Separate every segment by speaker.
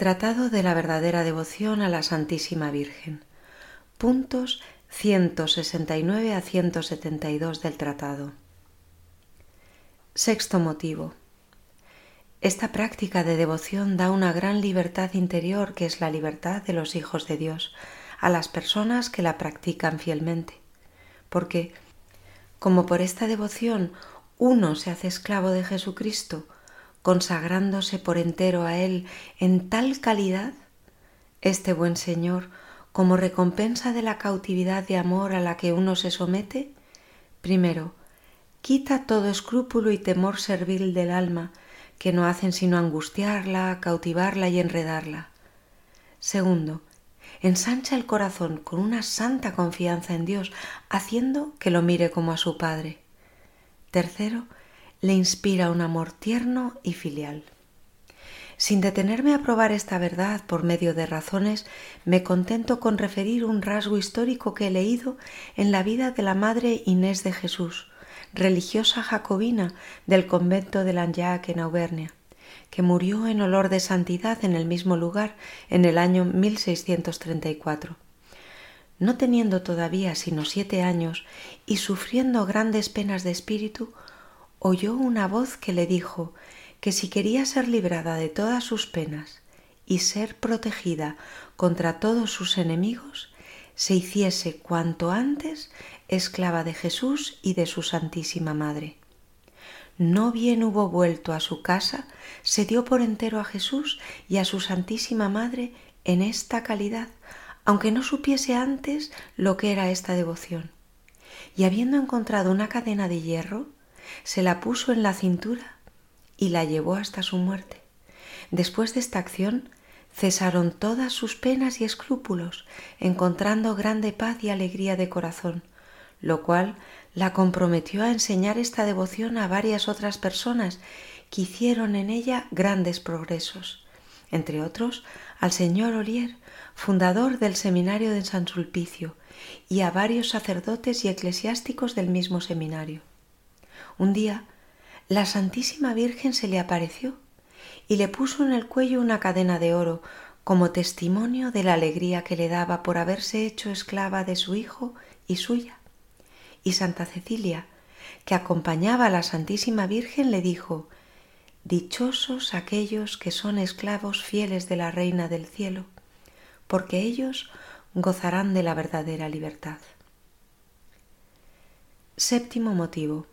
Speaker 1: Tratado de la verdadera devoción a la Santísima Virgen. Puntos 169 a 172 del tratado. Sexto motivo. Esta práctica de devoción da una gran libertad interior que es la libertad de los hijos de Dios a las personas que la practican fielmente. Porque, como por esta devoción uno se hace esclavo de Jesucristo, consagrándose por entero a Él en tal calidad, este buen Señor, como recompensa de la cautividad de amor a la que uno se somete, primero, quita todo escrúpulo y temor servil del alma, que no hacen sino angustiarla, cautivarla y enredarla. Segundo, ensancha el corazón con una santa confianza en Dios, haciendo que lo mire como a su Padre. Tercero, le inspira un amor tierno y filial. Sin detenerme a probar esta verdad por medio de razones, me contento con referir un rasgo histórico que he leído en la vida de la Madre Inés de Jesús, religiosa jacobina del convento de Langeac en Auvernia, que murió en olor de santidad en el mismo lugar en el año 1634. No teniendo todavía sino siete años y sufriendo grandes penas de espíritu, oyó una voz que le dijo que si quería ser librada de todas sus penas y ser protegida contra todos sus enemigos, se hiciese cuanto antes esclava de Jesús y de su Santísima Madre. No bien hubo vuelto a su casa, se dio por entero a Jesús y a su Santísima Madre en esta calidad, aunque no supiese antes lo que era esta devoción. Y habiendo encontrado una cadena de hierro, se la puso en la cintura y la llevó hasta su muerte. Después de esta acción, cesaron todas sus penas y escrúpulos, encontrando grande paz y alegría de corazón, lo cual la comprometió a enseñar esta devoción a varias otras personas que hicieron en ella grandes progresos, entre otros al señor Olier, fundador del seminario de San Sulpicio, y a varios sacerdotes y eclesiásticos del mismo seminario. Un día, la Santísima Virgen se le apareció y le puso en el cuello una cadena de oro como testimonio de la alegría que le daba por haberse hecho esclava de su hijo y suya. Y Santa Cecilia, que acompañaba a la Santísima Virgen, le dijo Dichosos aquellos que son esclavos fieles de la Reina del Cielo, porque ellos gozarán de la verdadera libertad. Séptimo motivo.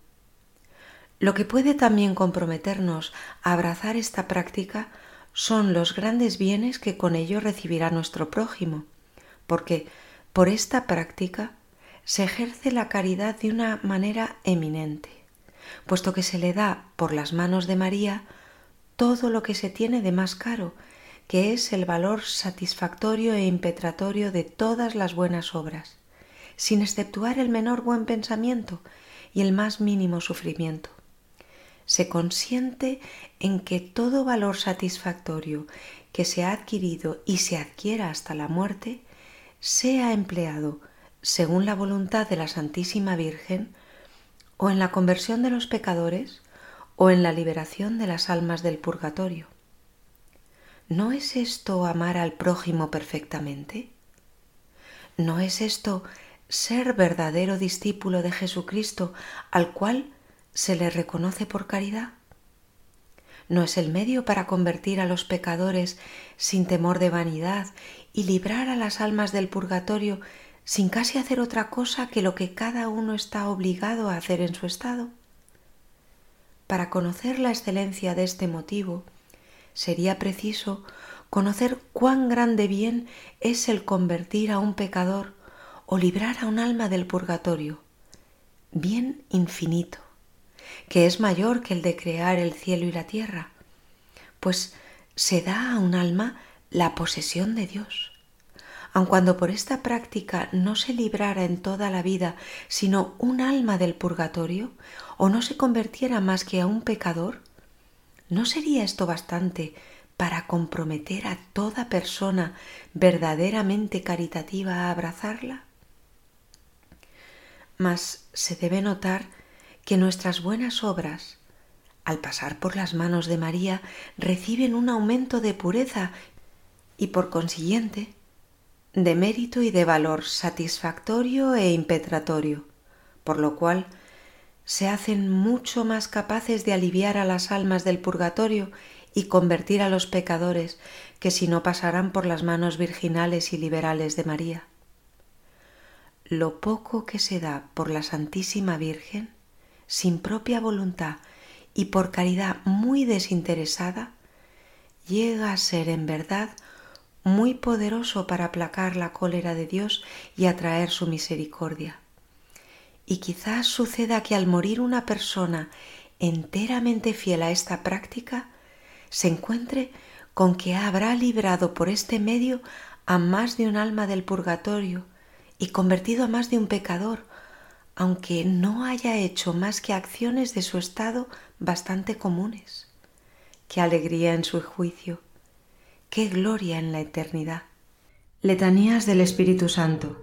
Speaker 1: Lo que puede también comprometernos a abrazar esta práctica son los grandes bienes que con ello recibirá nuestro prójimo, porque por esta práctica se ejerce la caridad de una manera eminente, puesto que se le da por las manos de María todo lo que se tiene de más caro, que es el valor satisfactorio e impetratorio de todas las buenas obras, sin exceptuar el menor buen pensamiento y el más mínimo sufrimiento se consiente en que todo valor satisfactorio que se ha adquirido y se adquiera hasta la muerte sea empleado, según la voluntad de la Santísima Virgen, o en la conversión de los pecadores o en la liberación de las almas del purgatorio. ¿No es esto amar al prójimo perfectamente? ¿No es esto ser verdadero discípulo de Jesucristo al cual se le reconoce por caridad? ¿No es el medio para convertir a los pecadores sin temor de vanidad y librar a las almas del purgatorio sin casi hacer otra cosa que lo que cada uno está obligado a hacer en su estado? Para conocer la excelencia de este motivo, sería preciso conocer cuán grande bien es el convertir a un pecador o librar a un alma del purgatorio, bien infinito que es mayor que el de crear el cielo y la tierra, pues se da a un alma la posesión de Dios. Aun cuando por esta práctica no se librara en toda la vida sino un alma del purgatorio, o no se convirtiera más que a un pecador, ¿no sería esto bastante para comprometer a toda persona verdaderamente caritativa a abrazarla? Mas se debe notar que nuestras buenas obras, al pasar por las manos de María, reciben un aumento de pureza y por consiguiente de mérito y de valor satisfactorio e impetratorio, por lo cual se hacen mucho más capaces de aliviar a las almas del purgatorio y convertir a los pecadores que si no pasarán por las manos virginales y liberales de María. Lo poco que se da por la Santísima Virgen, sin propia voluntad y por caridad muy desinteresada, llega a ser en verdad muy poderoso para aplacar la cólera de Dios y atraer su misericordia. Y quizás suceda que al morir una persona enteramente fiel a esta práctica, se encuentre con que habrá librado por este medio a más de un alma del purgatorio y convertido a más de un pecador, aunque no haya hecho más que acciones de su estado bastante comunes. Qué alegría en su juicio, qué gloria en la eternidad. Letanías del Espíritu Santo.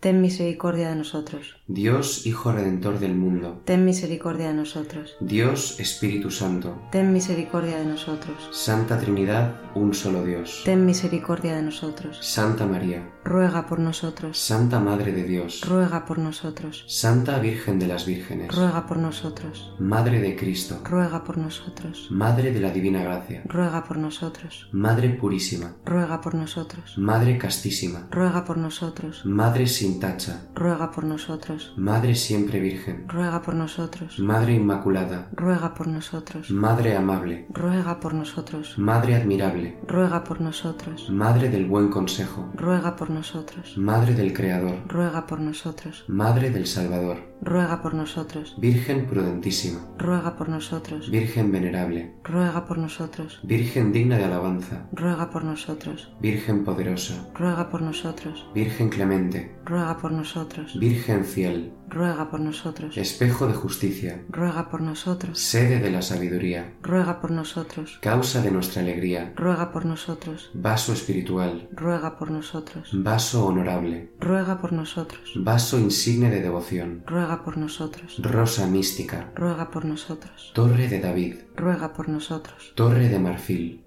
Speaker 1: Ten misericordia de nosotros.
Speaker 2: Dios Hijo Redentor del mundo,
Speaker 1: Ten misericordia de nosotros.
Speaker 2: Dios Espíritu Santo,
Speaker 1: Ten misericordia de nosotros.
Speaker 2: Santa Trinidad, un solo Dios.
Speaker 1: Ten misericordia de nosotros.
Speaker 2: Santa María,
Speaker 1: Ruega por nosotros.
Speaker 2: Santa Madre de Dios,
Speaker 1: Ruega por nosotros.
Speaker 2: Santa Virgen de las Vírgenes,
Speaker 1: Ruega por nosotros.
Speaker 2: Madre de Cristo,
Speaker 1: Ruega por nosotros.
Speaker 2: Madre de la Divina Gracia,
Speaker 1: Ruega por nosotros.
Speaker 2: Madre Purísima,
Speaker 1: Ruega por nosotros.
Speaker 2: Madre Castísima,
Speaker 1: Ruega por nosotros.
Speaker 2: Madre sin tacha,
Speaker 1: Ruega por nosotros.
Speaker 2: Madre siempre Virgen,
Speaker 1: Ruega por nosotros.
Speaker 2: Madre Inmaculada,
Speaker 1: Ruega por nosotros.
Speaker 2: Madre amable,
Speaker 1: Ruega por nosotros.
Speaker 2: Madre admirable,
Speaker 1: Ruega por nosotros.
Speaker 2: Madre del Buen Consejo,
Speaker 1: Ruega por nosotros.
Speaker 2: Madre del Creador,
Speaker 1: Ruega por nosotros.
Speaker 2: Madre del Salvador,
Speaker 1: Ruega por nosotros.
Speaker 2: Virgen prudentísima,
Speaker 1: Ruega por nosotros.
Speaker 2: Virgen venerable,
Speaker 1: Ruega por nosotros.
Speaker 2: Virgen digna de alabanza,
Speaker 1: Ruega por nosotros.
Speaker 2: Virgen poderosa,
Speaker 1: Ruega por nosotros.
Speaker 2: Virgen clemente,
Speaker 1: Ruega por nosotros.
Speaker 2: Virgen fiel,
Speaker 1: Ruega por nosotros.
Speaker 2: espejo de justicia,
Speaker 1: Ruega por nosotros.
Speaker 2: sede de la sabiduría,
Speaker 1: Ruega por nosotros.
Speaker 2: causa de nuestra alegría,
Speaker 1: Ruega por nosotros.
Speaker 2: vaso espiritual,
Speaker 1: Ruega por nosotros.
Speaker 2: vaso honorable,
Speaker 1: Ruega por nosotros.
Speaker 2: vaso insigne de devoción,
Speaker 1: Ruega por nosotros.
Speaker 2: rosa mística,
Speaker 1: Ruega por nosotros.
Speaker 2: torre de David,
Speaker 1: Ruega por nosotros.
Speaker 2: torre de marfil,